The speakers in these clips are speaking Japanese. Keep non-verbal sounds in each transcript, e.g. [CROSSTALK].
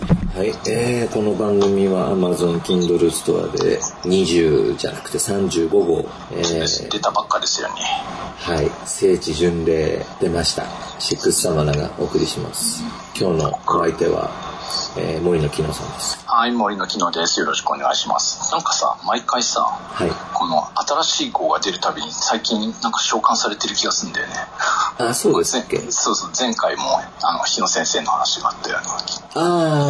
はい、えー、この番組は Amazon Kindle ストアで20じゃなくて35号、えー、出たばっかですよね。はい、聖地巡礼出ました。シックスサマナがお送りします。今日のお相手は、えー、森野木野さんです。はい、森の機能です。よろしくお願いします。なんかさ、毎回さ、はい。この新しい号が出るたびに最近なんか召喚されてる気がするんだよね。あ、そうですっけぜ [LAUGHS] そうそう、前回も、あの、日野先生の話があったような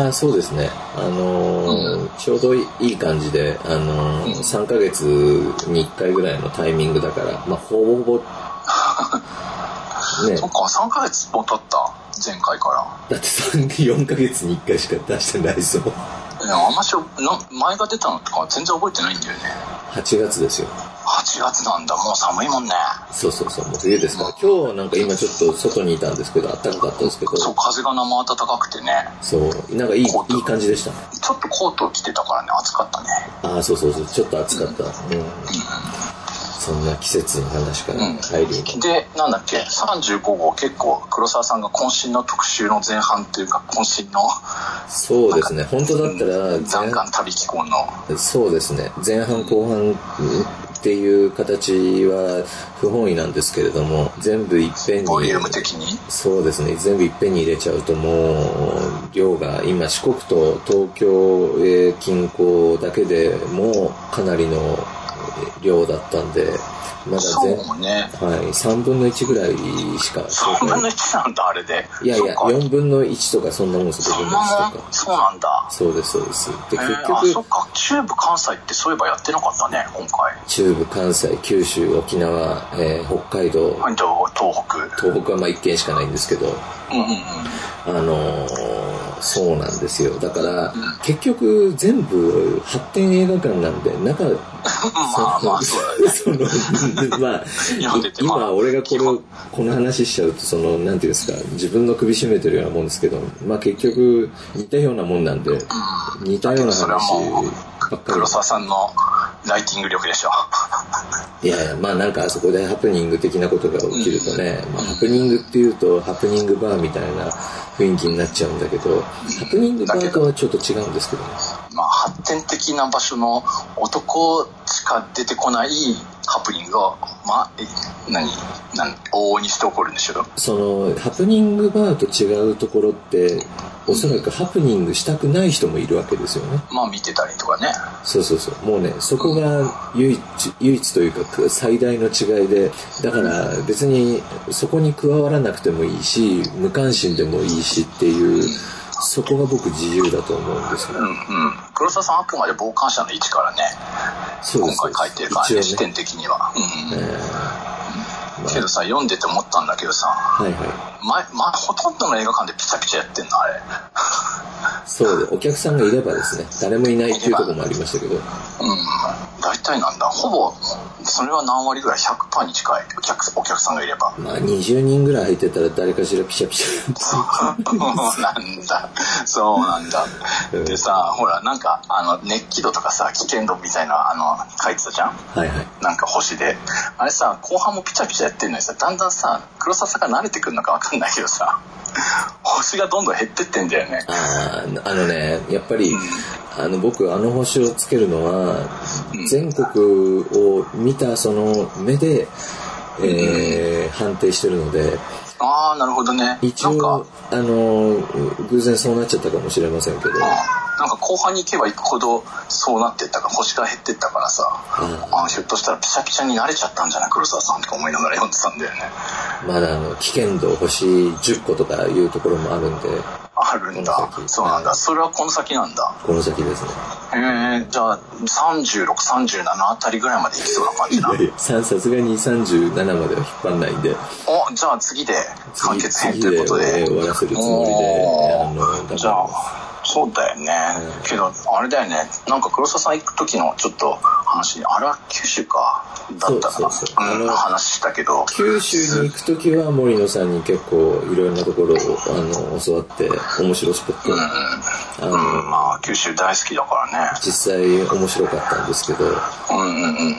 ああ、そうですね。あのーうちょうどいい感じで、あのーうん3ヶ月に1回ぐらいのタイミングだから、まあ、ほぼほ [LAUGHS] ぼ、ねそ、っか、3ヶ月も経った、前回かだって3、4ヶ月に1回しか出してないですもん。ら。いやあんましょ、な前が出たのとか全然覚えてないんだよね。 8月ですよ。 8月なんだ、もう寒いもんね。そうそうそう、もう冬ですから。今日なんか今ちょっと外にいたんですけど、暖かかったですけど、そう、風が生暖かくてね、そう、なんかいい、いい感じでしたね。ちょっとコートを着てたからね、暑かったね。ああ、そうそうそう、ちょっと暑かった。うん。そんな季節の話からうん入り、で、なんだっけ、35号、結構、黒沢さんが渾身の特集の前半というか、渾身の、そうですね、本当だったら、うん残寒旅気候の、そうですね前半後半うんっていう形は不本意なんですけれども全部いっぺんボリュームに的に。そうですね全部いっぺんに入れちゃうともう量が今四国と東京えー近郊だけでもうかなりのえー量だったんでまだそ全うね。はい、3分の1ぐらいしか3分の1なんだ、あれで。いやいやそっか4分の1とかそんなもんですそ5ん分の1なともんかそうなんだ。そうですそうですでえ結ー、あ、局そっか、中部関西ってそういえばやってなかったね、今回。中部、関西、九州、沖縄、えー北海道、関東、東北。東北はまあ1県しかないんですけど、うんうんうん。あのーそうなんですよ。だからうん、結局全部発展映画館なんで、中、まあまあ、そうだね。その、 [LAUGHS] まあ、読んでてまあ今俺がこれ基を本、この話しちゃうと、その、なんていうんですか、自分の首絞めてるようなもんですけど、まあ結局、似たようなもんなんで、似たようなそれは話もばっかり黒沢さんのライティング力でしょ。いやいや、まあなんかあそこでハプニング的なことが起きるとね、まあハプニングっていうとハプニングバーみたいな雰囲気になっちゃうんだけど、ハプニングバーとはちょっと違うんですけどね。まあ、発展的な場所の男しか出てこないハプニングが、まあ、え何何往々にして起こるんでしょうその、ハプニングバーと違うところって、おそらくハプニングしたくない人もいるわけですよね。まあ見てたりとかねそうそうそう。もうね、そこが唯一、唯一というかく最大の違いで、だから別にそこに加わらなくてもいいし、無関心でもいいしっていう、そこが僕自由だと思うんですよ。うんうん黒沢さんあくまで傍観者の位置からねそう今です回書いてるからね視一応ね。点的には、うんえうんーまけどさ読んでて思ったんだけどさあ、はいは前、まほとんどの映画館でピチャピチャやってんのあれい。そうで、お客さんがいればですね、誰もいないっていうところもありましたけど、うん大体なんだほぼそれは何割ぐらい100%に近いお客お客さんがいればまあ20人ぐらい入ってたら誰かしらピシャピシャ。そうなんだ。そうなんだうん。でさ、ほら、なんか、あの、熱気度とかさ、危険度みたいな、あの、書いてたじゃんはいはい。なんか星で。あれさ、後半もピチャピチャやってるのにさ、だんだんさ、黒沢さんが慣れてくるのかわかんないけどさ、星がどんどん減ってってんだよね。あーあのね、やっぱりうん、あの僕、あの星をつけるのはう、ん全国を見たその目で、えー判定してるので、ああ、なるほどね。一なんか応、、あの、偶然そうなっちゃったかもしれませんけど、なんか後半に行けば行くほどそうなってったから星が減ってったからさあひょっとしたらピシャピシャに慣れちゃったんじゃない黒沢さんとか思いながら読んでたんだよねまだあの、危険度星10個とかいうところもあるんで、あるんだこの先そうなんだそれはこの先なんだこの先ですね。えー、じゃあ3637あたりぐらいまでいきそうな感じなささすがに37までは引っ張んないんで、おじゃあ次で完次、結編次といでうことでえー終わらせるつもりで、おあーの、だからじゃあそうだよね、けどあれだよねなんか黒沢さん行く時のちょっと話あれは九州かだったかそうなそうそうあうんの話したけど九州に行くときは森野さんに結構いろんなところをあの教わって面白スポット、うん、まあ九州大好きだからね実際面白かったんですけどうんうんうんうん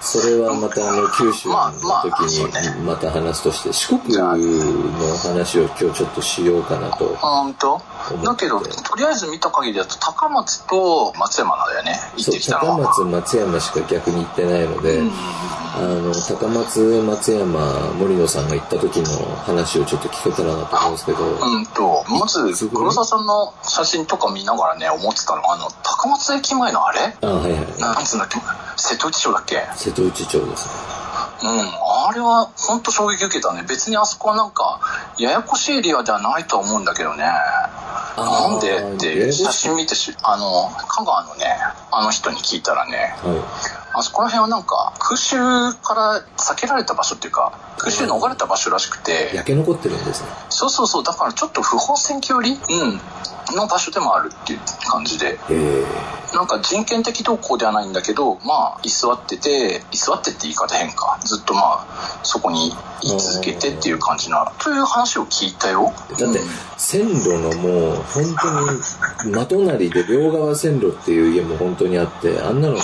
それはまたあの九州の時まあまあそうにまた話として四国の話を今日ちょっとしようかなとあ本当思ってだけどとりあえず見た限りだと高松と松山なんだよね行そっうてきたの高は松松山しか逆に行ってないので、あの高松松山森野さんが行った時の話をちょっと聞けたらなと思うんですけど、うんとますずごい黒沢さんの写真とか見ながらね思ってたのがあの高松駅前のあれあはいはいなんつうんだっけ瀬戸内町だっけうん瀬戸内町ですねあれは本当衝撃受けたね別にあそこはなんかややこしいエリアではないとは思うんだけどねあなんーでっややこてしい写真見てしあの香川のねあの人に聞いたらねはあそこら辺はなんか空襲から避けられた場所っていうか空襲逃れた場所らしくてい焼け残ってるんですねそうそうそうだからちょっと不法占拠寄り、うん、の場所でもあるっていう感じでへえなんか人権的動向ではないんだけどまあ居座ってて居座ってって言い方変かずっとまあそこに居続けてっていう感じなという話を聞いたよだって線路のもう本当に真隣で両側線路っていう家も本当にあってあんなの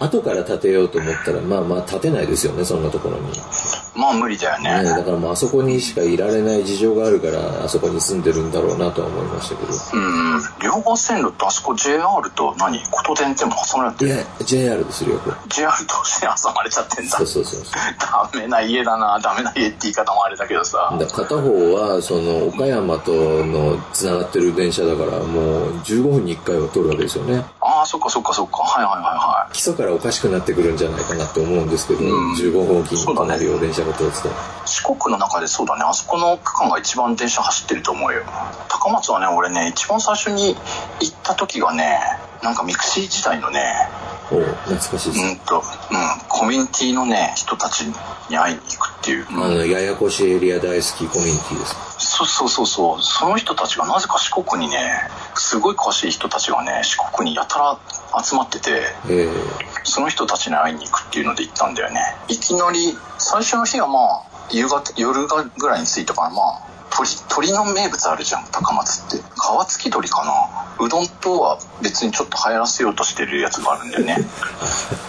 後から建てようと思ったらまあまあ建てないですよねそんなところに、ね、まあ無理だよねだからもうあそこにしかいられない事情があるからあそこに住んでるんだろうなとは思いましたけどうん両方線路とあそこ JR と何琴電っても挟まれているや JR ですよこれ JR 同士で挟まれちゃってんだそうそうそうそうダメな家だなダメな家って言い方もあれだけどさだ片方はその岡山とのつながってる電車だからもう15分に1回は通るわけですよねああそっかそっかそっかはいはいは基礎からおかしくなってくるんじゃないかなと思うんですけど、うん15分おきに隣を電車が通ってたらいはい四国の中でそうだねあそこの区間が一番電車走ってると思うよ高松はね俺ね一番最初に行った時がねなんかミクシー時代のねおう懐かしいでうんす、とうんコミュニティのね人たちに会いに行くっていう、あのややこしいエリア大好きコミュニティですそうそうそうそうその人たちがなぜか四国にねすごい詳しい人たちがね四国にやたら集まっててえその人たちに会いに行くっていうので行ったんだよねいきなり最初の日はまあ夕方夜がぐらいに着いたからまあ鳥鳥の名物あるじゃん高松って皮付き鳥かなうどんとは別にちょっと流行らせようとしてるやつがあるんだよね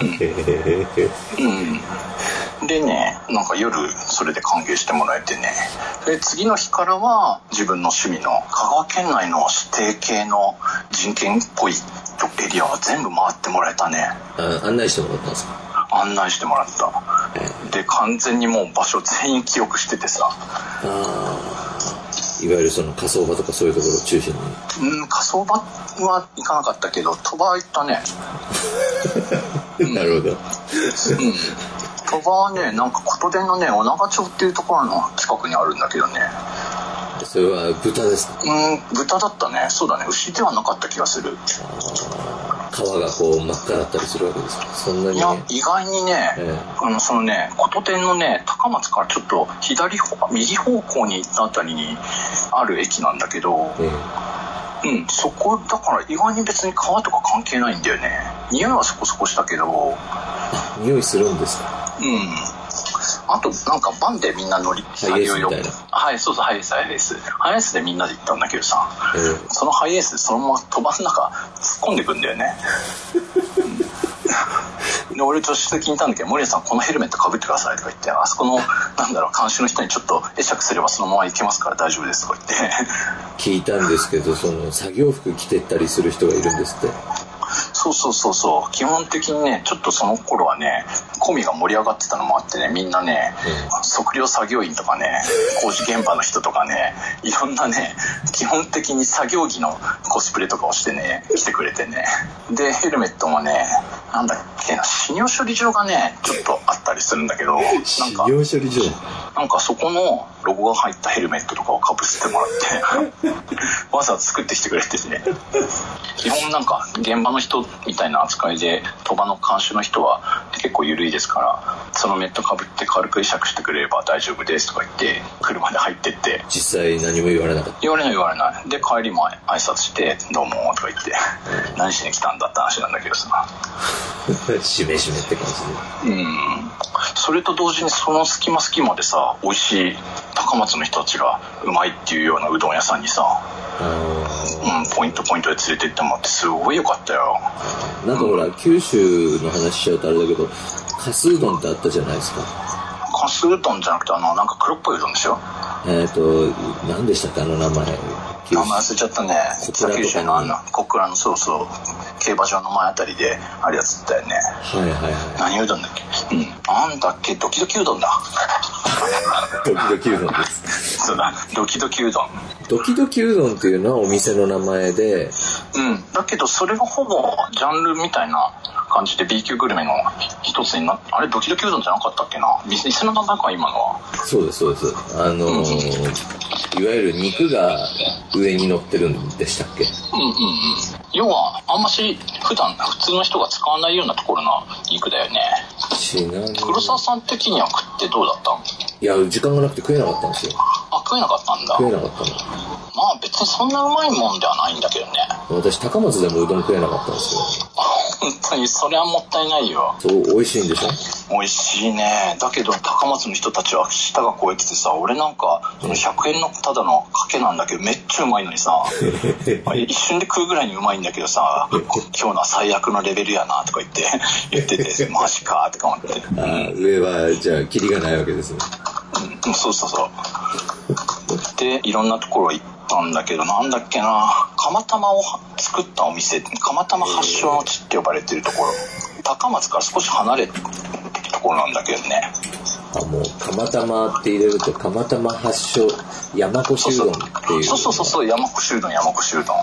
えー、うんでねなんか夜それで歓迎してもらえてねで次の日からは自分の趣味の香川県内の指定系の人権っぽいエリアは全部回ってもらえたねあ案内してもらったんですか案内してもらったで完全にもう場所全員記憶しててさああいわゆるその火葬場とかそういうところを中心にうん火葬場は行かなかったけど鳥羽は行ったねなるほどうん鳥羽はねなんか琴殿のね女川町っていうところの近くにあるんだけどねそれは豚ですかうん豚だったねそうだね牛ではなかった気がする皮がこう真っ赤だったりするわけですかそんなにいねや意外にね、えあのそのね琴殿のね高松からちょっと左方右方向に行ったあたりにある駅なんだけど、ええうん、そこだから意外に別に川とか関係ないんだよね匂いはそこそこしたけどあ匂いするんですかうんあとなんかバンでみんな乗りハイエースみたいなはいそうそうハイエースハイエースハイエースでみんなで行ったんだけどさええそのハイエースそのまま飛ばん中突っ込んでくんだよね [LAUGHS] うんで俺助手席にいたんだけど「森谷さんこのヘルメットかぶってください」とか言って「あそこのなんだろう監修の人にちょっと会釈すればそのまま行けますから大丈夫です」とか言って聞いたんですけどその作業服着てったりする人がいるんですってそうそうそうそう基本的にねちょっとその頃はねコミが盛り上がってたのもあってねみんなね、測量作業員とかね工事現場の人とかねいろんなね基本的に作業着のコスプレとかをしてね来てくれてねでヘルメットもねなんだっけな死尿処理場がねちょっとあったりするんだけどなん資か料処理場なんかそこのロゴが入ったヘルメットとかをかぶせてもらってわざわざ作ってきてくれてて基本なんか現場の人みたいな扱いで鳥羽の監修の人は結構緩いですからそのメットかぶって軽く会釈してくれれば大丈夫ですとか言って車で入ってって実際何も言われなかっ言われない言われないで帰りも挨拶して「どうも」とか言って「何しに来たんだ」って話なんだけどさ [LAUGHS] た。しめしめって感じうんそれと同時にその隙間隙間でさ美味しい高松の人たちがうまいっていうようなうどん屋さんにさ、で。あうん、ポイントポイントで連れてってもらってすごいよかったよーなんかほら、九州の話しちゃうとあれだけど、かすうどんってあったじゃないですか。カスうどんじゃなくてあのなんか黒っぽいうどんでしょえっ、と、何でしたっけ、あの名前。九名前州忘れちゃったね小倉とかね九州のあんな小倉のそうそう競馬場の前あたりであるやつだよねはいはいは何うどんだっけうんなんだっけドキドキうどんだい。ドキドキうどんです。そうだドキドキうどんドキドキうどんっていうのはお店の名前で、うん、だけどそれがほぼジャンルみたいな感じで B 級グルメの一つになってあれドキドキうどんじゃなかったっけな店店の名前か今のはそうですそうです。あのー、いわゆる肉が上に乗ってるんでしたっけうんうんうん要はあんまし普段普通の人が使わないようなところの肉だよねちなみに。黒沢さん的には食ってどうだったいや、時間がなくて食えなかったんですよ。あ食えなかったんだ食えなかったの。まあ別にそんなうまいもんではないんだけどね [LAUGHS] 私、高松でもうどん食えなかったんです本当にそれはもったいないよけど、そう、美味しいんでしょ美味しいねだけど高松の人たちは舌が超えててさ俺なんかその100円のただのかけなんだけどめっちゃうまいのにさ一瞬で食うぐらいにうまいんだけどさ今日のは最悪のレベルやなとか言って言っててマジかとか思って、うんあー上は、じゃあ、キリがないわけですね。うん、そうそうそうでいろんなところ行ったんだけどなんだっけな釜玉を作ったお店釜玉発祥の地って呼ばれてるところ高松から少し離れてるところなんだけどねあ、もう、釜玉って入れると、釜玉発祥、山越うどんっていう。そうそうそうそう山越うどん山越うどん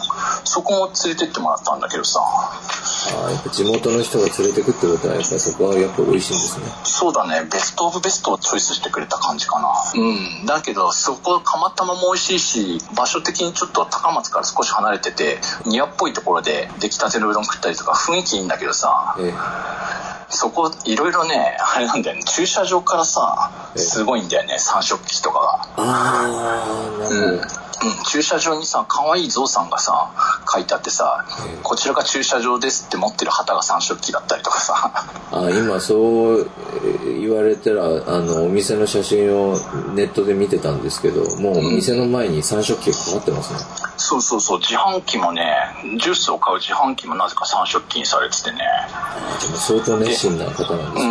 そこも連れてってもらったんだけどさあーやっぱ地元の人が連れてくってことは、やっぱそこはやっぱ美味しいんですね。そうだねベストオブベストをチョイスしてくれた感じかなうんだけどそこ釜玉も美味しいし場所的にちょっと高松から少し離れてて庭っぽいところで出来たてのうどん食ったりとか雰囲気いいんだけどさえそこいろいろねあれなんだよね駐車場からさえすごいんだよね三色機とかがあー、なるほど。うん、駐車場にさ可愛いゾウさんがさ書いてあってさう「んこちらが駐車場です」って持ってる旗が三色旗だったりとかさあ今そうえー言われたらあのお店の写真をネットで見てたんですけどもうお店の前に三色旗がかかってますね、そうそうそう自販機もねジュースを買う自販機もなぜか三色旗にされててねでも相当熱心な方なんです、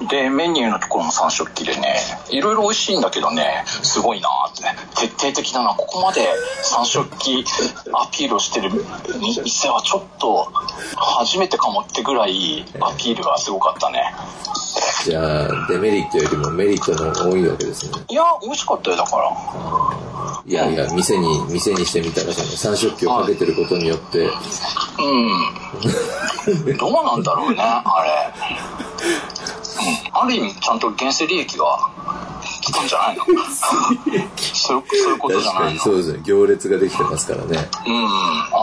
うんでメニューのところも三色旗でねいろいろ美味しいんだけどねすごいなーってね徹底的だなここまで三色旗アピールをしてる店はちょっと初めてかもってぐらいアピールがすごかったねじゃあデメリットよりもメリットの方が多いわけですねいや美味しかったよだからいやいや店に店にしてみたらその三色旗をかけてることによってうん。どうなんだろうね、あれ。うん、ある意味、ちゃんと原生利益が来たんじ [LAUGHS] ゃないのそういうそういうこと確じゃかないにのそうですね行列ができてますからねうん。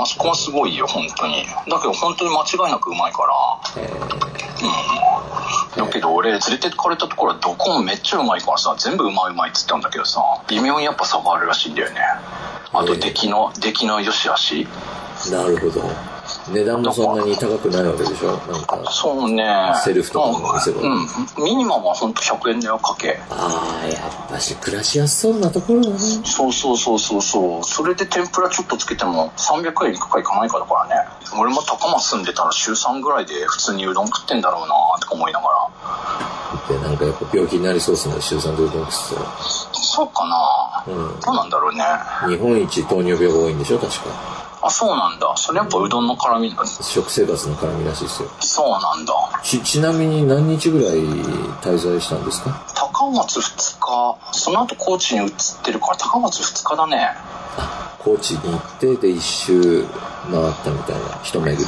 あそこはすごいよ、本当に。だけど、本当に間違いなくうまいから。うん。だけど、俺、連れてかれたところはどこもめっちゃうまいからさ、全部うまいうまいっつったんだけどさ、微妙にやっぱ差があるらしいんだよね。あと、出来の、出来の良し悪し。なるほど値段もそんなに高くないわけでしょなんかそうね。セルフとかのお店うもん。ミニマムは本当100円だよ、かけ。ああやっぱし暮らしやすそうなところだねそうそうそうそうそう。それで天ぷらちょっとつけても300円いくかいかないかだからね。俺も高松住んでたら週3ぐらいで普通にうどん食ってんだろうなとか思いながら。でなんかやっぱ病気になりそうですね週3でうどん食ってたらそうかな、うんどうなんだろうね。日本一糖尿病が多いんでしょ確かあ、そうなんだ。それやっぱうどんの絡みなんだ。食生活の絡みらしいですよそうなんだ。ちちなみに何日ぐらい滞在したんですか高松2日。その後高知に移ってるから高松2日だね。高知に行ってで1週回ったみたいな、一巡りみ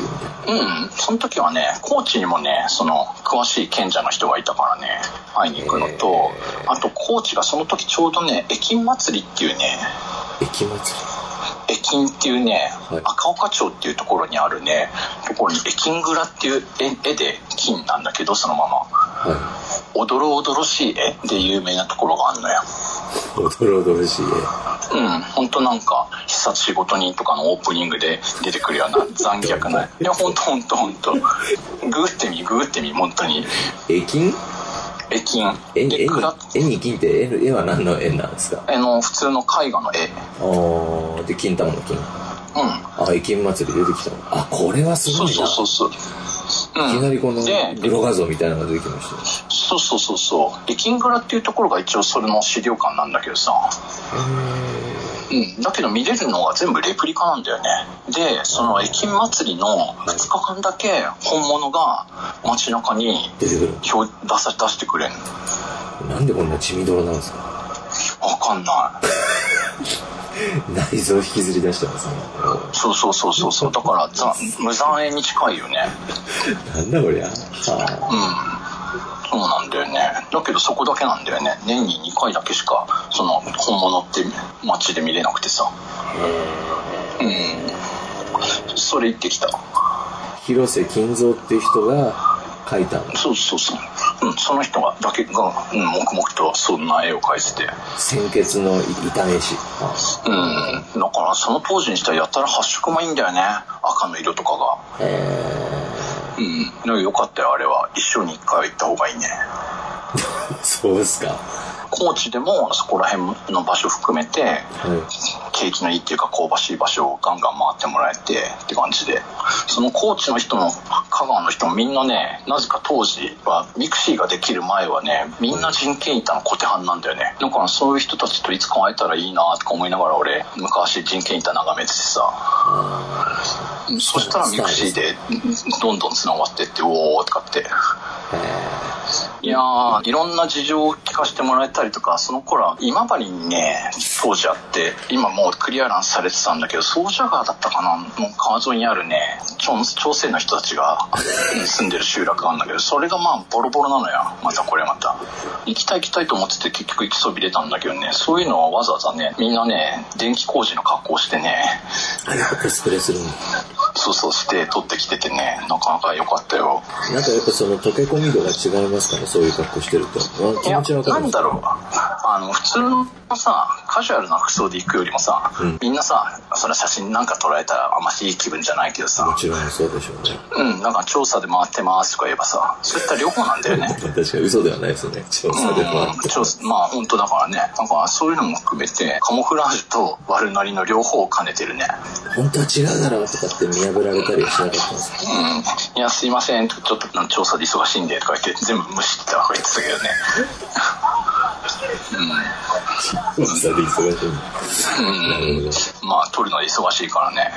たいな。うん、その時はね、高知にもね、その、詳しい賢者の人がいたからね、会いに行くのと、あと高知がその時ちょうどね、駅金祭りっていうね、駅祭駅金っていうね、はい赤岡町っていうところにあるね、ところに駅金蔵っていう絵絵で金なんだけど、そのまま。り。はおどろおどろしい絵で有名なところがあるのよ。い。おどろおどろしい絵。うん、本当なんか、必殺仕事人とかのオープニングで出てくるような残 [LAUGHS] 虐な。いや、本当本当本当。グーってみ、グーってみ、本当に。絵金絵金。絵に、絵で、にくら、絵に金って絵の、絵は何の絵なんですかあの、普通の絵画の絵。あー、で、金玉の金。うん。あ、駅金祭り出てきたの。あ、これはすごいそうな。そうそういそう。きう。なんりこのでグロ画像みたいなのが出てきましたよ。そうそうそうそう。絵金蔵っていうところが一応それの資料館なんだけどさ。うん。だけど見れるのは全部レプリカなんだよね。で、その絵金祭りの2日間だけ本物が街中に出てくる。表出さ出してくれんのなんでこんな血みどろなんですかわかんない。内臓引きずり出してますね。そうそうそうそうそう。だからざ、無残絵に近いよね。なんだこりゃ。あうん。そうなんだよね。だけどそこだけなんだよね。年に2回だけしか、その、本物って街で見れなくてさ。うん。それ行ってきた。ー広瀬金蔵っていう人が描いたの。そうそうそう。うん、その人が、だけが、うん、黙々とそんな絵を描いてて。鮮血の痛めし。あうん。だからその当時にしてはやたら発色もいいんだよね。赤の色とかーが。えうん。でもよかったよ、あれは。一生に一回は行った方がいいね。ー、そうですか。高知でもそこら辺の場所含めて、はい。景気のいいっていうか香ばしい場所をガンガン回ってもらえてって感じで、その高知の人も香川の人もみんなね、なぜか当時はミクシーができる前はね、みんな人権板の小手半なんだよね。だからそういう人たちといつか会えたらいいなとか思いながら俺、昔人権板眺めててさ、あそしたらミクシーでどんどん繋がってって、おーとかって。ーえいやーいろんな事情を聞かせてもらえたりとかその頃は今治にね当時あって今もうクリアランスされてたんだけど総社川だったかなもう川沿いにあるね朝朝鮮の人たち [LAUGHS] が住んでる集落があるんだけどそれがまあボロボロなのよまたこれまた行きたい行きたいと思ってて結局行きそびれたんだけどねそういうのはわざわざねみんなね電気工事の格好してねー、あれはコスプレするんだ。そうそうして撮ってきててねなかなか良かったよなんかやっぱその溶け込み度が違いますかね、そういう格好してると。あい気や持ちわかる。なんだろうあの普通のさカジュアルな服装で行くよりもさ、うんみんなさそれ写真なんか撮られたらあんましいい気分じゃないけどもさちろんそうでしょうね。うんなんか調査で回ってますとか言えばさそういった両方なんだよね確かに嘘ではないですね。調査でもあっうん、て。調査まあ本当だからねなんかそういうのも含めてカモフラージュと悪なりの両方を兼ねてるね本当は違うだろうとかって見破られたりはしなかったんですかうんいやすいませんちょっと調査で忙しいんでとか言って全部無視って言ってたけどね調査で忙しいなるほど。まあ撮るので忙しいからね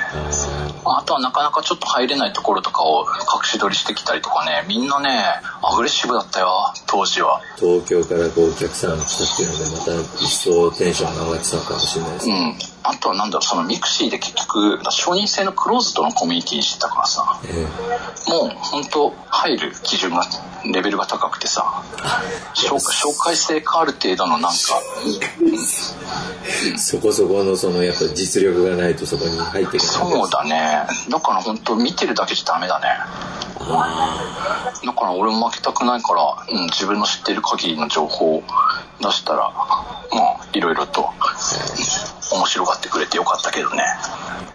ああとはなかなかちょっと入れないところとかを隠し撮りしてきたりとかね、みんなね、アグレッシブだったよ、当時は。ー東京からこうお客さんが来たっていうので、また一層テンションが上がってたのかもしれないですうね。ん。あとはなんだろう、そのミクシーで結局、承認制のクローズドのコミュニティにしてたからさ、ええもう本当入る基準が、レベルが高くてさ、紹紹介制かある程度のなんか、そこそこのそのやっぱ実力がないとそこに入っていけないわけでそうだね。だから本当見てるだけじゃダメだね。だから俺も負けたくないから、うん、自分の知ってる限りの情報を出したら、まあ、いろいろと、面白がってくれてよかったけどね。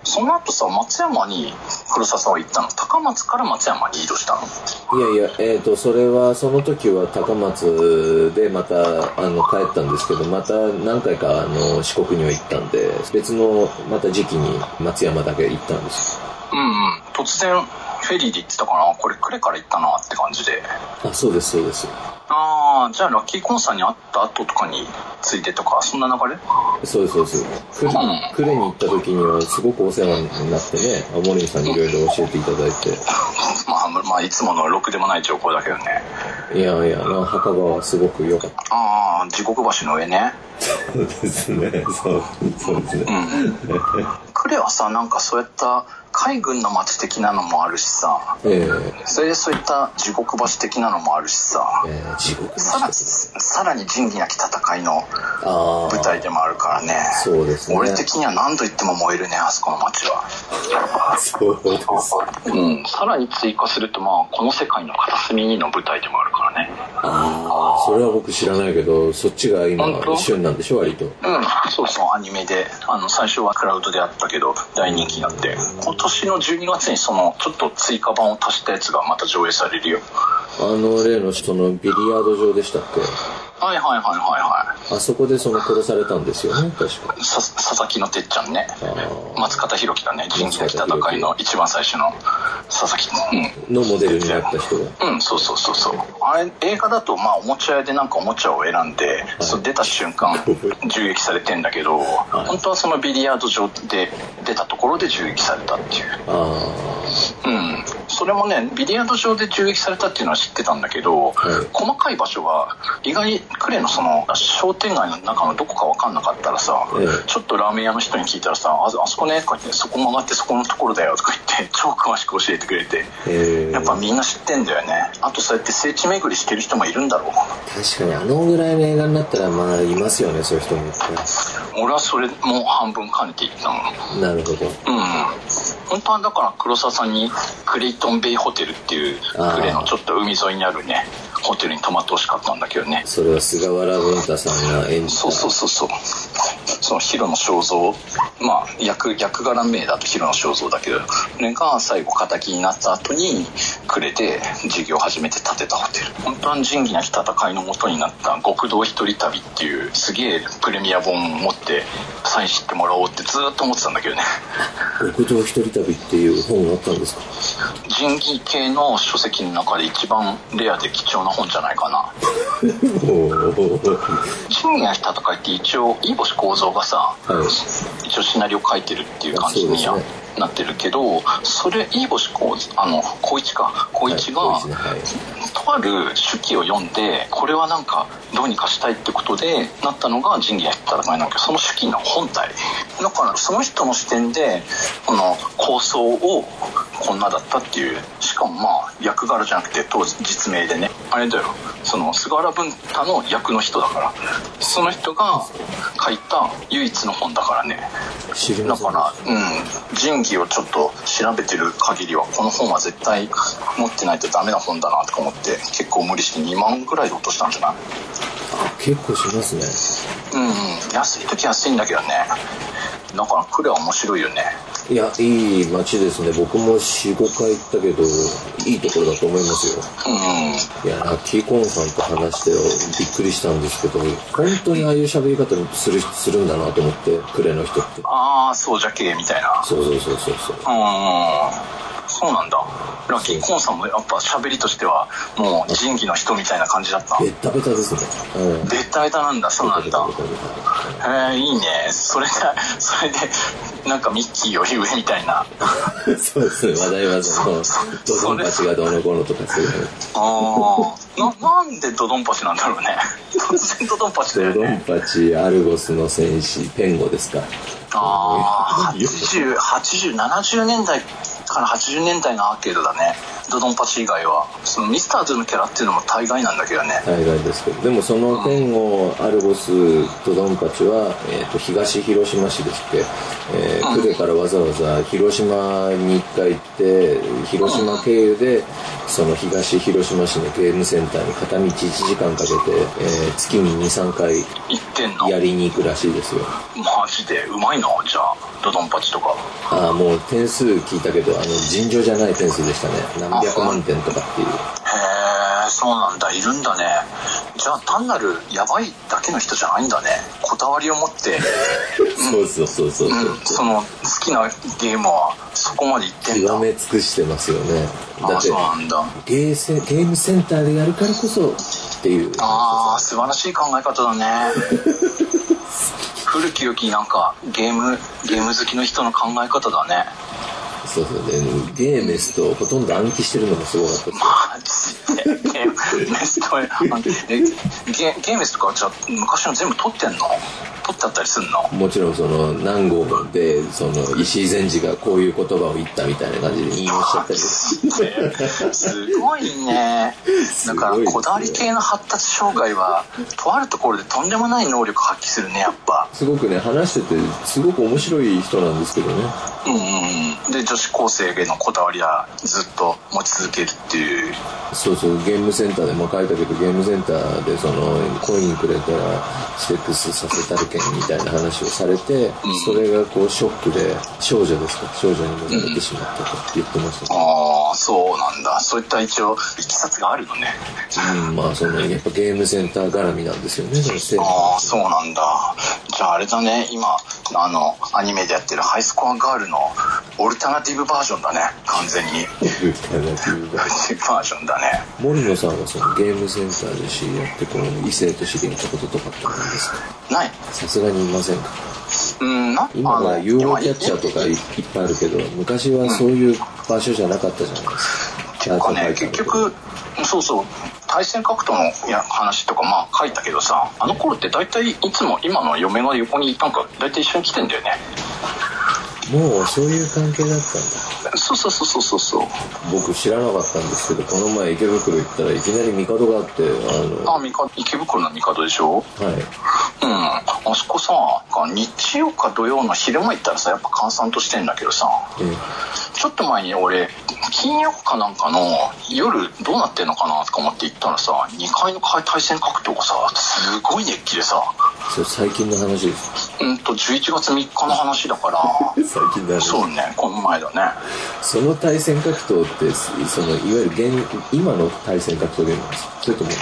その後さ、松山に黒沢さんは行ったの。高松から松山に移動したの。すいやいや、えっ、と、それは、その時は高松でまた、あの、帰ったんですけど、また何回か、あの、四国には行ったんで、別の、また時期に松山だけ行ったんですうんうん。突然、フェリーで行ってたから、これ、呉から行ったなって感じで。あ、そうです、そうです。ああ、じゃあ、ラッキーコンさんに会った後とかについてとか、そんな流れそうですそうです。く呉に行った時にはすごくお世話になってね、あモリンさんにいろいろ教えていただい [LAUGHS] まあ、まあ、いつものろくでもない情報だけどね。て、いやいや、まあ、墓場はすごく良かっああ、地獄橋の上ね。たですね。そう、そうですね。うん。呉俺はさなんかそういった海軍の街的なのもあるしさええそれでそういった地獄橋的なのもあるしさええ地獄のさらさらに仁義なき戦いのああ舞台でもあるからねそうですね俺的には何度言っても燃えるねあそこの街はそうですうんさらに追加するとまあこの世界の片隅にの舞台でもあるからねああそれは僕知らないけどそっちが今本当旬なんでしょ割とうん、そうそう、アニメで、あの、最初はクラウドであったけど、大人気になって、今年の12月にその、ちょっと追加版を足したやつがまた上映されるよ。あの例のそのビリヤード場でしたっけはいはいはいはいはあそこでその殺されたんですよね確かい。さ、佐々木のてっちゃんね。あ松方弘樹だね、人気なき戦いの一番最初の佐々木。あのモデルになった人がうん。うん、そうそうそうそう。あれ、映画だと、まあ、おもちゃ屋でなんかおもちゃを選んで、そう出た瞬間、銃撃されてんだけど、本当はそのビリヤード場で出たところで銃撃されたっていう。あうん、それもねビリヤード場で銃撃されたっていうのは知ってたんだけはど、い細かい場所が意外に呉のその商店街の中のどこか分かんなかったらさ、ええちょっとラーメン屋の人に聞いたらさ「ああそこね」とか言って「そこ曲がってそこのところだよ」とか言って [LAUGHS] 超詳しく教えてくれて。あええやっぱみんな知ってんだよねあとそうやって聖地巡りしてる人もいるんだろう確かにあのぐらいの映画になったらまあいますよねそういう人もいっ俺はそれも半分兼ねていったもんぱいなるほどうん、本当はだから黒沢さんにクレイトンベイホテルっていうあークレのちょっと海沿いにあるねホテルに泊まってほしかったんだけどねそれは菅原文太さんが演じたそうそうそうそうその広野正蔵まあ役役柄名だと広野正蔵だけどそれが最後敵になった後にクレで事業を始めて建てたホテル本当は仁義なき戦いの元になった極道一人旅っていうすげえプレミア本を持ってサインしてもらおうってずーっと思ってたんだけどね極道一人旅っていう本があったん [LAUGHS] ですか人気系の書籍の中で一番レアで貴重な本じゃないかなおー仁義なき戦いって一応飯星幸三がさ、はい一応シナリオ書いてるっていう感じにそうはですなってるけどそれ飯星幸三あの光一か光一が、はい光一ねはいとある手記を読んでこれはなんかどうにかしたいってことでなったのが仁義なき戦いなんだけどその手記の本体だからその人の視点でこの構想をこんなだったっていうしかもまあ役柄じゃなくて当時実名でねあれだよその菅原文太の役の人だからその人が書いた唯一の本だからね知りまだせんから、うん、仁義をちょっと調べてる限りは、この本は絶対持ってないとダメな本だなとか思って、結構無理して2万ぐらいで落としたんじゃない結構しますねうん、うん、安い時安いんだけどね。だから、クレは面白いよね。いやいい街ですね僕も45回行ったけどいいところだと思いますよういやラッキーコーンさんと話してびっくりしたんですけど本当にああいう喋り方するするんだなと思ってクレの人ってん、ああ、そうじゃけえ、みたいな。そうそうそうそうそううん、そうなんだ。ラッキーコーンさんもやっぱ喋りとしては、もう仁義の人みたいな感じだった。ベッタベタですねうんベタベタなんだ、そうなんだベ。タベタベえー、いいね。それで、それで、なんかミッキーより上みたいな。タそうですね話題はそのドドンパチがどうのこうのとかそういう話あ [LAUGHS] あ、な、なんでドドンパチなんだろうね。突然ドドンパチだドよドンね。パチアルゴスの戦士ペンゴですかああ、80、80、70年代から80年代のアーケードだね。ドドンパチ以外は。そのミスターズのキャラっていうのも大概なんだけどね。大概ですけどでもそのペンゴアルゴスドドンパチは、えー、と東広島市ですって、えー、呉からわざわざ広島に1回行って広島経由でその東広島市のゲームセンターに片道1時間かけて、えー月に23回言ってんのやりに行くらしいですよマジでうまいのじゃあ、ドドンパチとか。ああもう点数聞いたけどあの尋常じゃない点数でしたね何百万点とかっていうへえ、そうなんだ、いるんだね。じゃあ単なるやばいだけの人じゃないんだね。こだわりを持って、そうそうそうそうそううん、その好きなゲームはそこまでいってんだ。極め尽くしてますよねだあ、ってそうなんだ。ゲーセンゲームセンターでやるからこそっていうああ、素晴らしい考え方だね。古き良きなんかゲーム、ゲーム好きの人の考え方だね。そうそうでゲーメスとほとんど暗記してるのもすごかったですマジで。ゲームゲームゲームゲームとかじゃあ昔の全部撮ってんの取ってあったりすんのもちろんその何号でその石井善治がこういう言葉を言ったみたいな感じで引用しちゃったりすごいねだかすごいですねらこだわり系の発達障害はとあるところでとんでもない能力発揮するねやっぱすごくね話しててすごく面白い人なんですけどねうんうんうんで女子高生へのこだわりはずっと持ち続けるっていうそうそうゲームセンターでも書いたけどゲームセンターでそのコインくれたらセックスさせたるけんみたいな話をされてそれがこうショックで少女ですか少女に戻れてしまったと言ってましたけどああそうなんだそういった一応いきさつがあるのねうん、まあそのやっぱゲームセンター絡みなんですよねその生徒ああそうなんだじゃああれだね今あのアニメでやってるハイスコアガールのオルタナティブバージョンだね完全にバージョンだね森野さんはそのゲームセンターで知り合ってこの異性と知り合ったこととかってあるんですかないさすがにいませんかうんな今はあの UFO キャッチャーとかいいっぱいあるけど昔はそういう場所じゃなかったじゃないですかなんかね結局そうそう対戦格闘のや話とかまあ書いたけどさあの頃って大体いつも今の嫁が横になんか大体一緒に来てんだよねもうそういう関係だったんだそうそうそうそうそうそう僕知らなかったんですけどこの前池袋行ったらいきなり帝があってあのあミカ池袋の帝でしょはいうん、あそこさ日曜か土曜の昼間行ったらさやっぱ閑散としてんだけどさえちょっと前に俺金曜かなんかの夜どうなってんのかなとか思って行ったらさ2階の対戦格闘がさすごい熱気でさそれ最近の話ですうんと11月3日の話だか最近だらねそうねこの前だねその対戦格闘ってそのいわゆる現今の対戦格闘ゲームなんですかそれともて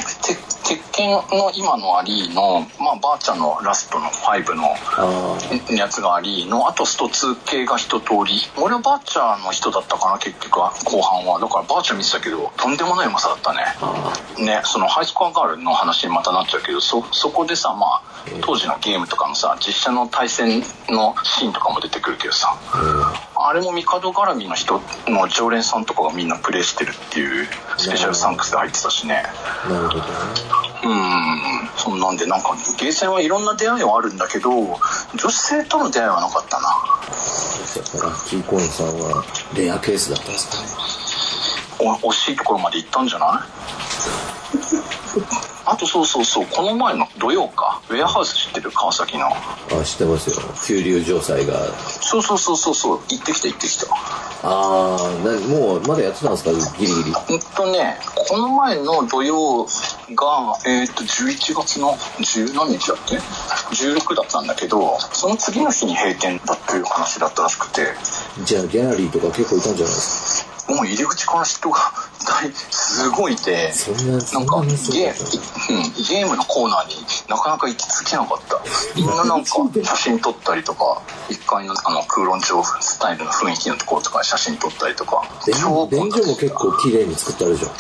鉄拳の今のアリーの、まあ、ばあちゃんのラストの5のあやつがありのあとスト2系が一通り俺はバーチャーの人だったかな結局は後半はだからバーチャー見てたけどとんでもないうまさだったねあねそのハイスコアガールの話にまたなっちゃうけどそそこでさまあ当時のゲームとかのさ実写の対戦のシーンとかも出てくるけどさあれも帝絡みの人の常連さんとかがみんなプレイしてるっていうスペシャルサンクスで入ってたしねあなるほどねうんそんなんでなんかゲーセンはいろんな出会いはあるんだけど女子生との出会いはなかったなだからラッキーコーンさんはレアケースだったんですかねお惜しいところまで行ったん [LAUGHS] じゃないあとそうそうそうこの前の土曜かウェアハウス知ってる川崎のあ知ってますよ急流城塞がそうそうそうそうそう行ってきた行ってきたああなもうまだやってたんですかギリギリうんとねこの前の土曜がえっ、と11月の10何日だっけ16だったんだけどその次の日に閉店だっていう話だったらしくてじゃあギャラリーとか結構いたんじゃないですもう入り口から人が大すごいいてかそんなそなんんなか話ゲだったー,、うん、ゲームのコーナーになかなか行き着けなかったみんななんか写真撮ったりとか1階のあの空論町スタイルの雰囲気のところとかで写真撮ったりとか便便所も結構綺麗に作ってあるじゃん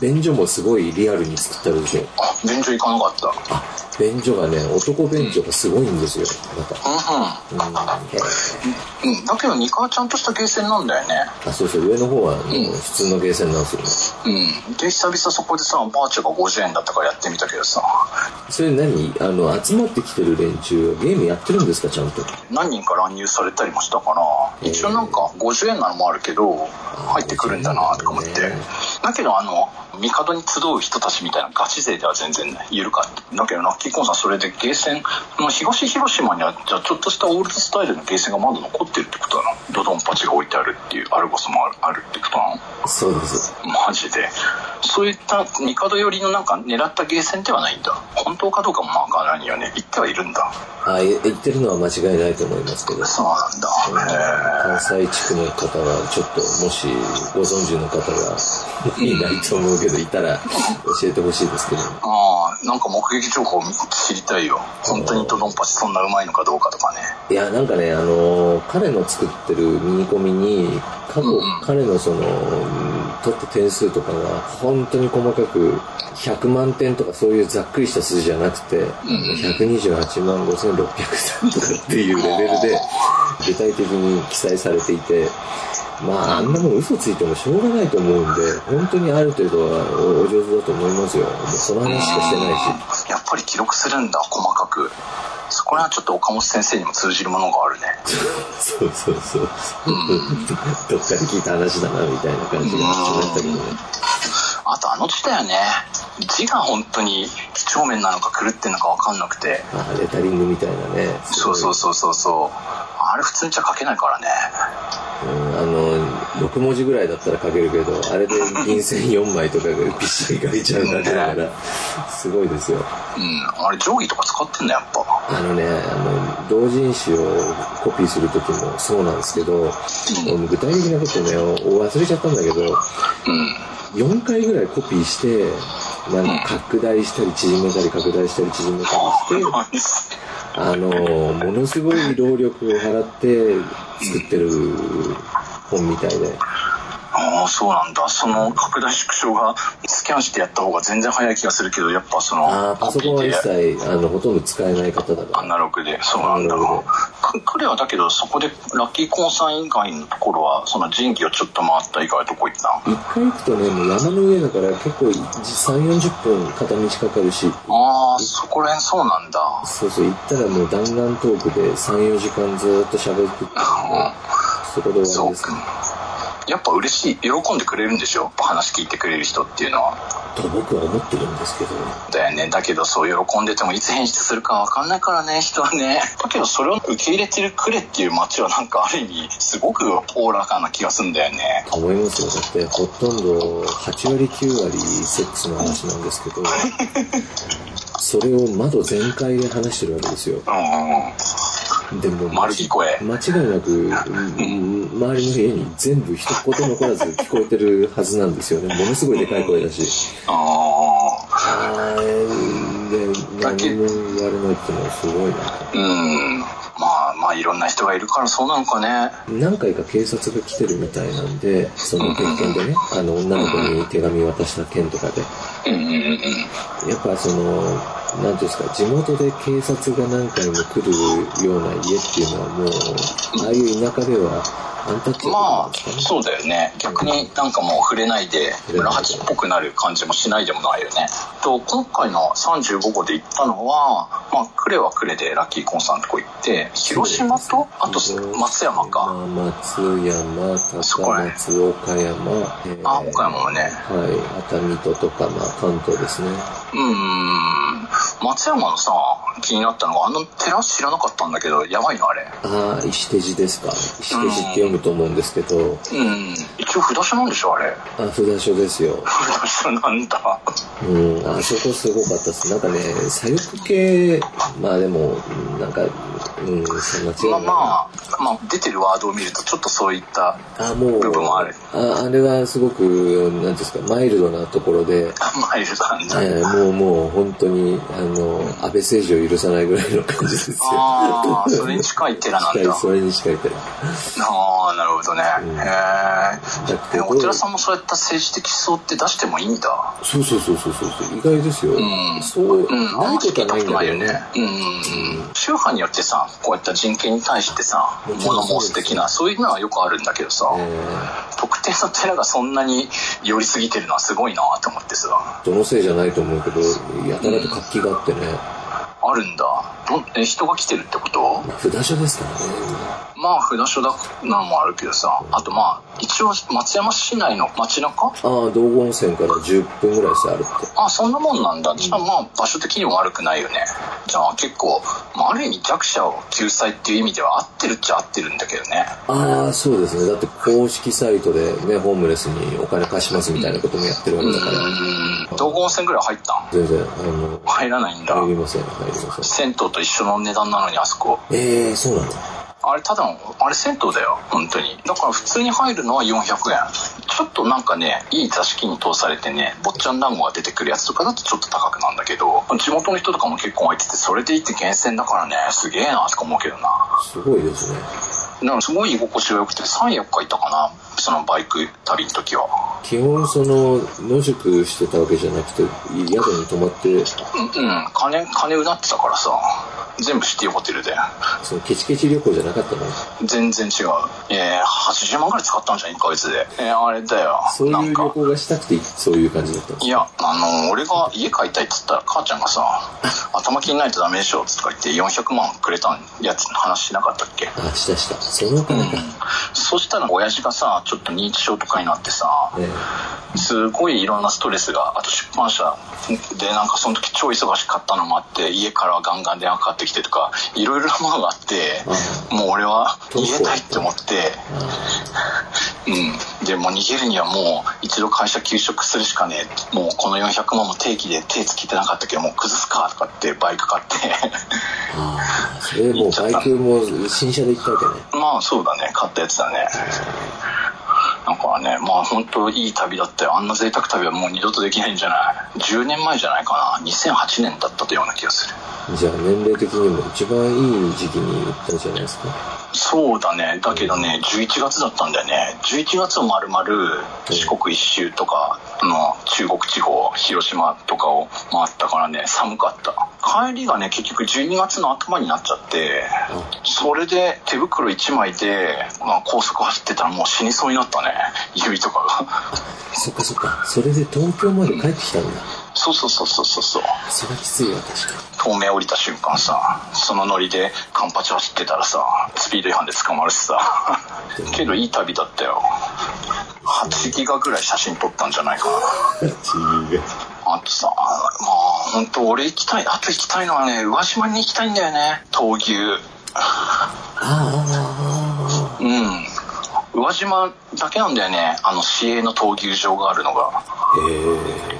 便所もすごいリアルに作ってあるでしょあ便所行かなかったあ便所がね男便所がすごいんですよまたうんうんあうん、うん、だけど2階はちゃんとしたゲーセンなんだよねそうそう上の方はあの普通のゲーセンなんですよねうんで久々そこでさバーチャが50円だったからやってみたけどさそれ何あの集まってきてる連中はゲームやってるんですかちゃんと何人か乱入されたりもしたから一応なんか50円なのもあるけど入ってくるんだなとか思ってうんだけどあの帝に集う人たちみたいなガチ勢では全然ね緩かっただけどラッキーコーンさんそれでゲーセンの東広島にはじゃあちょっとしたオールドスタイルのゲーセンがまだ残ってるってことなのドドンパチが置いてあるっていうアルゴスもあるあるってことなのそうですマジでそういった帝寄りのなんか狙ったゲーセンではないんだ本当かどうかもわからないよね言ってはいるんだあえ言ってるのは間違いないと思いますけどそうなんだへえ関西地区の方はちょっともしご存知の方がいないと思うけどいたら教えてほしいですけどああ、なんか目撃情報知りたいよ。本当にドドンパチそんなうまいのかどうかとかね。いやなんかねあの彼の作ってるミニコミに過去、うんうん彼のその取った点数とかが本当に細かく100万点とかそういうざっくりした数字じゃなくて、ん128万5603とかっていうレベルで具体的に記載されていてまああんなもん嘘ついてもしょうがないと思うんで本当にある程度はおお上手だと思いますよもうその話しかしてないしやっぱり記録するんだ、細かく。そこれはちょっと岡本先生にも通じるものがあるね。そうそうそう。どっかで聞いた話だな、みたいな感じがしましたけどね。あとあの時だよね。字が本当に几帳面なのか狂ってんのか分かんなくて。あ、レタリングみたいなね。そうそうそそうそうそう。あれ普通にじゃ書けないからね。う。うん、あの、6文字ぐらいだったら書けるけど、あれで銀線4枚とかがびっしり書いちゃうだけだか [LAUGHS] ら、すごいですよ。うん。あれ定規とか使ってんだやっぱ。あのね、あの、同人誌をコピーするときもそうなんですけど、もう具体的なことね、お忘れちゃったんだけど、うん。 4回ぐらいコピーして、なんか拡大したり縮めたり拡大したり縮めたりして、ああの、ものすごい労力を払って作ってる本みたいで、あー、そうなんだ。その拡大縮小がスキャンしてやった方が全然早い気がするけど、やっぱそのあーパソコンは一で切、あの、ほとんど使えない方だかアら。ナログで、そうなんだアナロろう。彼はだけど、そこでラッキーコンさん以外のところは、その人気をちょっと回った以外どこ行った一回行くとね、もう山の上だから結構3、40分片道かかるし、ああ、そこら辺そうなんだ。そうそう、行ったらもう弾丸トークで3、4時間ずーっと喋ってたので、そこで終わそりうです。か。やっぱ嬉しい。喜んでくれるんでしょやっぱ話聞いてくれる人っていうのは。と僕は思ってるんですけど、だよね。だけど、そう喜んでてもいつ変質するかわかんないからね、人はね。 [LAUGHS] だけど、それを受け入れてるくれっていう街はなんかある意味、すごくおおらかな気がするんだよね。思いますよ。だってほとんど8割9割セックスの話なんですけど、それを窓全開で話してるわけですよ。うんうんうん。でも、丸聞こえ。間違いなく、うん周りの家に全部一言残らず聞こえてるはずなんですよね。ものすごいでかい声だし。ああ。あーで、だけ何も言われないってのはすごいな。うん。まあまあいろんな人がいるからそうなのかね。何回か警察が来てるみたいなんで、その経験でね、あの女の子に手紙渡した件とかで、うんうんうんうん。やっぱその、なんていうんですか、地元で警察が何回も来るような家っていうのはもう、ああいう田舎ではアンタッチャブルなまんあですかね。、そうだよね。逆になんかもう触れないで、村八っぽくなる感じもしないでもないよね。と、今回の35号で行ったのは、まあ、クレはクレでラッキーコンさんのとこ行って、広島と、あと松山か。松山、高松、そこら岡山、えーあ、岡山もね。はい、熱海ととか、まあ関東ですね。うーん。松山のさ、気になったのが、あの寺知らなかったんだけど、やばいのあれ。ああ、石手寺ですか。石手寺って読むと思うんですけど、うん。一応札所なんでしょ、あれ。あ、札所ですよ。札所なんだ。うん、あそこすごかったっす。なんかね、左翼系、まあでも、うんなんか、うん、そんな違うなまあまあ、まあ、出てるワードを見ると、ちょっとそういった、あ、もう、部分もあるああれはすごく、なんていうんですか、マイルドなところで、マイルドなんだ。えーもうもう本当に、あの、安倍政治を許さないぐらいの感じですよ。ああ、それに近い寺な [LAUGHS] ん近い、だ。それに近いから。ああ、なるほどね。だへってえ。でお寺さんもそうやった政治的思想って出してもいいんだ。そうそうそうそうそう、意外ですよ。んそう、うん、あなんいまこ聞といたはなこいんとだないけよどねね。。うん。宗派によってさ、こういった人権に対してさ、もちろ物んそう申ですす的な、そういうのはよくあるんだけどさ、えー特定の寺がそんなに寄りすぎてるのはすごいなと思ってさ、どのせいじゃないと思うけど、やたらと活気があってね、あるんだ。どんえ人が来てるってことまあ、札所ですからね。まあ、札所だなのもあるけどさ、あとまあ、一応松山市内の街中ああ、道後温泉から10分ぐらいですよ、歩って。あ、そんなもんなんだ。じゃあまあ、場所的にも悪くないよね。じゃあ結構、まあ、ある意味弱者を救済っていう意味では合ってるっちゃ合ってるんだけどね。ああ、そうですね。だって公式サイトでね、ホームレスにお金貸しますみたいなこともやってるわけだから、うん。道後温泉ぐらい入ったん全然、あの、入らないんだ入。りません、入りません。銭湯と一緒の値段なのにあそこ。ええー、そうなんだ。あれただの、あれ銭湯だよ。本当に。だから普通に入るのは400円。ちょっとなんかね、いい座敷に通されてね、坊ちゃん団子が出てくるやつとかだとちょっと高くなんだけど、地元の人とかも結構入ってて、それで行って厳選だからね、すげえなとか思うけどな。すごいですね。なんかすごい居心地が良くて3、4日いたかなそのバイク旅の時は。基本、その、野宿してたわけじゃなくて、宿に泊まって、うん、うん、金、金うなってたからさ。全部シティホテルで。そのケチケチ旅行じゃなかったの全然違う。えー、80万くらい使ったんじゃん、1ヶ月で。えー、あれだよ。そうないう旅んか。行がしたくて、そういう感じだったのいや、あの、俺が家買いたいって言ったら、母ちゃんがさ、 [LAUGHS] 頭金ないとダメでしょ、とか言って400万くれたやつの話しなかったっけあ、したした。その金か。そしたら親父がさ、ちょっと認知症とかになってさ、ねすごいいろんなストレスが、あと出版社でなんかその時超忙しかったのもあって、家からガンガン電話かかってきてとか、いろいろなものがあって、もう俺は逃げたいって思って、うん。でも逃げるにはもう一度会社休職するしかねえ。もうこの400万も定期で手つけてなかったけど、もう崩すかとかってバイク買って。ああ、それもうバイクも新車で行ったわけね。まあそうだね、買ったやつだね。だからね、まあ本当いい旅だったよ。あんな贅沢旅はもう二度とできないんじゃない ?10 年前じゃないかな。2008年だったような気がする。じゃあ年齢的にも一番いい時期に行ったんじゃないですか。そうだね。だけどね、11月だったんだよね。11月を丸々四国一周とか、あの、中国地方、広島とかを回ったからね、寒かった。帰りがね、結局12月の頭になっちゃって、それで手袋1枚で、まあ、高速走ってたらもう死にそうになったね。指とかが。そっかそっか。それで東京まで帰ってきたんだ。そうそうそうそうそうそう。それはきついわ、確かに。透明降りた瞬間さそのノリでカンパチ走ってたらさスピード違反で捕まるしさ [LAUGHS] けどいい旅だったよ8ギガぐらい写真撮ったんじゃないかなあとさまあ本当俺行きたいあと行きたいのはね宇和島に行きたいんだよね闘牛ああ、うん宇和島だけなんだよねあの市営の闘牛場があるのがえ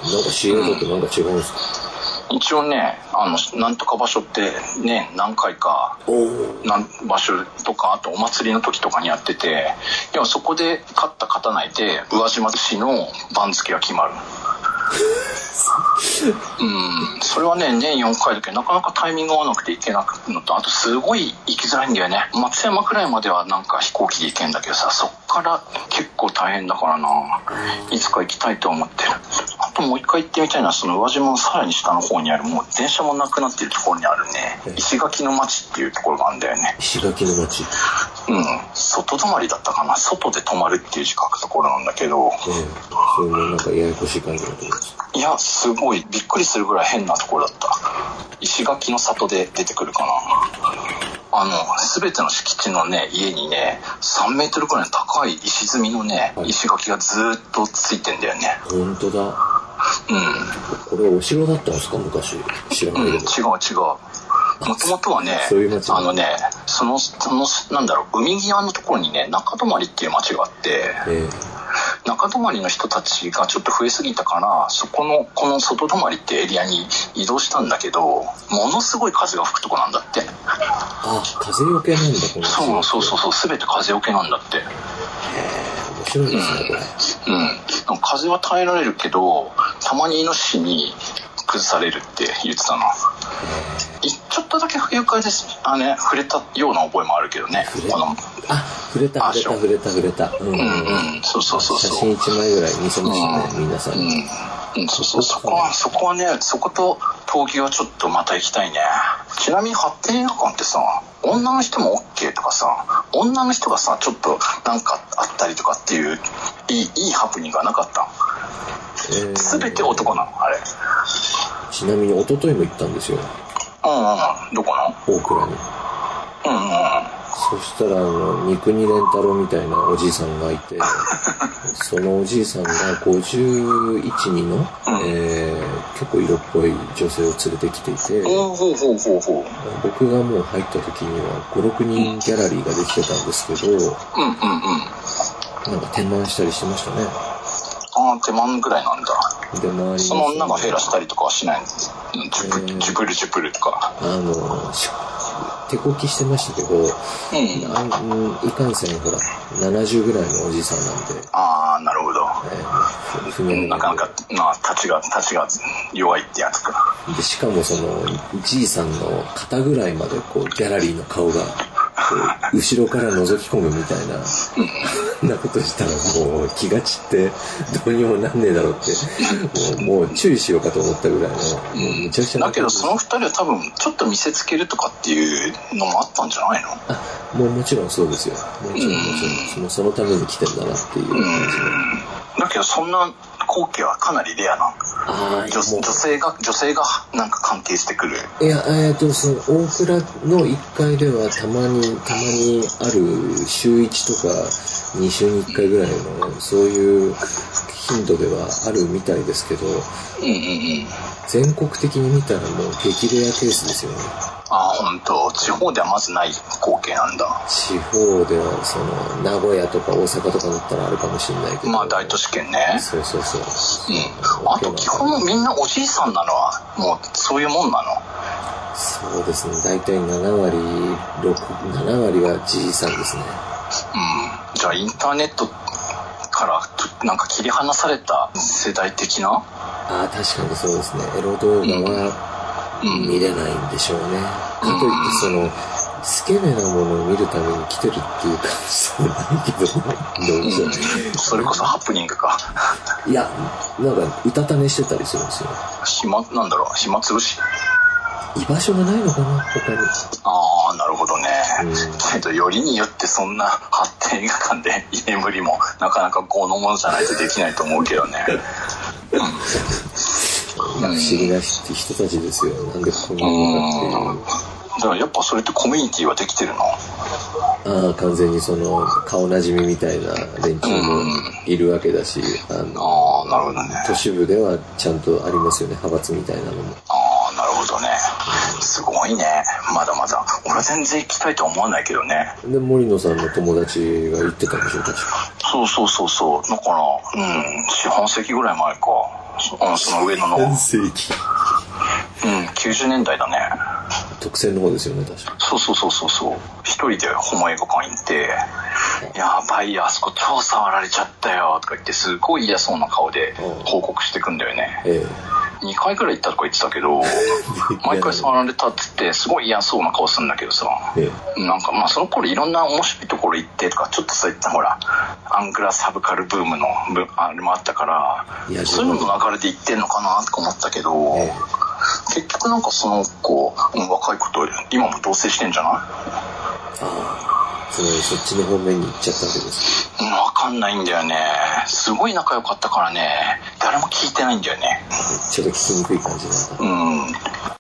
えなんか CM となんか違うんですか。一応ねあのなんとか場所ってね何回かおお。なん場所とかあとお祭りの時とかにやっててでもそこで勝った勝たないで宇和島市の番付が決まるうんそれはね年4回だけどなかなかタイミング合わなくて行けなくなるのとあとすごい行きづらいんだよね松山くらいまではなんか飛行機で行けんだけどさそっから結構大変だからないつか行きたいと思ってるあともう一回行ってみたいのはその宇和島のさらに下の方にあるもう電車もなくなってるところにあるね石垣の町っていうところがあるんだよね石垣の街。うん、外泊まりだったかな外で泊まるっていう字書くところなんだけどええそれもなんかややこしい感じのところです。いやすごいびっくりするぐらい変なところだった石垣の里で出てくるかなあの全ての敷地のね家にね3メートルくらいの高い石積みのねはい石垣がずーっとついてんだよね本当だ。う、これお城だったんですか、昔。知らなんいうん、違う違けうど。もともとはねそういう街あのねそのそのなんだろう海際のところにね中泊っていう町があってえ中泊まりの人たちがちょっと増えすぎたからそこのこの外泊まりってエリアに移動したんだけどものすごい風が吹くとこなんだってあ、風よけなんだ、この街そうそうそうそう全て風よけなんだって面白いですね、これ。うん風は耐えられるけどたまにイノシシに崩されるって言ってたないちょっとだけ不愉快ですあ、ね、触れたような覚えもあるけどね触れこのあ、触れた、あそう触れた、触れた、触れた。うん、ううんうんそうそうそう写そ真う1枚ぐらい見せましたね、皆さんに。うん、うん、そうそうそこはそこはねそこと闘牛はちょっとまた行きたいねちなみに発展映画館ってさ女の人も OK とかさ女の人がさちょっとなんかあったりとかっていういいいいハプニングがなかったえー全て男なのあれちなみに、一昨日も行ったんですよ、うんうんどこの大倉に。うんうんそしたら、あの、三国連太郎みたいなおじいさんがい [LAUGHS] て、そのおじいさんが51、2の、えー結構色っぽい女性を連れてきていて、ほうほうほうほうほう僕がもう入った時には5、6人ギャラリーができてたんですけど、うんうんうんなんか手満したりしてましたね。ああ手間ぐらいなんだで、周りにその女がフェラしたりとかはしないのうんジュプジュプルジュプルとかあの、し手こきしてましたけど、うんあんうんいかんせんほら、70ぐらいのおじいさんなんで、ああなるほどえーふふにゃふにゃなかなか、まあ、立ちが、立ちが弱いってやつか。でしかもそのじいさんの肩ぐらいまでこうギャラリーの顔が [LAUGHS] 後ろから覗き込むみたいな、そんなことしたらもう気が散ってどうにもなんねえだろうって、もうもう注意しようかと思ったぐらいの、もうむちゃくちゃなだけどその二人は多分ちょっと見せつけるとかっていうのもあったんじゃないのあ、もうもちろんそうですよ。もちろんもちろん、そのそのために来てんだなっていう感じの。だけどそんな光景はかなりレアなああ、も女う女性が女性がなんか関係してくるいや、えっと、その、大倉の1階では、たまに、たまにある、週1とか、2週に1回ぐらいの、そういう頻度ではあるみたいですけど、うんうんうん全国的に見たらもう激レアケースですよね。ああ本当地方ではまずない光景なんだ地方では、その、名古屋とか大阪とかだったらあるかもしれないけど。まあ大都市圏ねそうそうそう。うんあと基本みんなおじいさんなのはもうそういうもんなのそうですね。大体7割、6、7割はじいさんですね。うんじゃあインターネットからちょなんか切り離された世代的なああ、確かにそうですね。エロ動画はうん見れないんでしょうね。かといって、その、スケベなものを見るために来てるっていう感じでもないけどね、どうしそれこそハプニングかいや、なんか、うたた寝してたりするんですよ。暇なんだろう暇つぶし居場所がないのかな、他に。ああなるほどね、うんけどよりによってそんな発展映画館で居眠りもなかなか豪のものじゃないとできないと思うけど [LAUGHS] ね不思議な人人たちですよ。なんでこんなうのかっていんう。だからやっぱそれってコミュニティはできてるのああ、完全にその、顔なじみみたいな連中もいるわけだし、あの、ああなるほどね都市部ではちゃんとありますよね、派閥みたいなのも。ああなるほどねすごいねまだまだ俺は全然行きたいとは思わないけどねで、森野さんの友達が言ってたんでしょ、確か。そうそうそうそうだからうん四半世紀ぐらい前かそうんその上野の、うん、世紀。 90年代だね特選の方ですよね、確か。そうそうそうそうそう一人でホモ映画館行って「やばいよあそこ超触られちゃったよ」とか言ってすごい嫌そうな顔で報告してくんだよねえ2回 [LAUGHS] くらい行ったとか言ってたけど毎回触られたっつってすごい嫌そうな顔するんだけどさえ。ええ。なんかまあその頃いろんな面白いところ行ってとかちょっとそういったほらアングラサブカルブームのぶあれもあったかいやらそういうのの流れで行ってんのかなとか思ったけど、ええ結局なんかその子、うん若い子と今も同棲してんじゃなああ。つまりそっちの方面に行っちゃったわけです。い、うん、わかんないんだよねすごい仲良かったからね誰も聞いてないんだよねちょっと聞きにくい感じなんだ。うん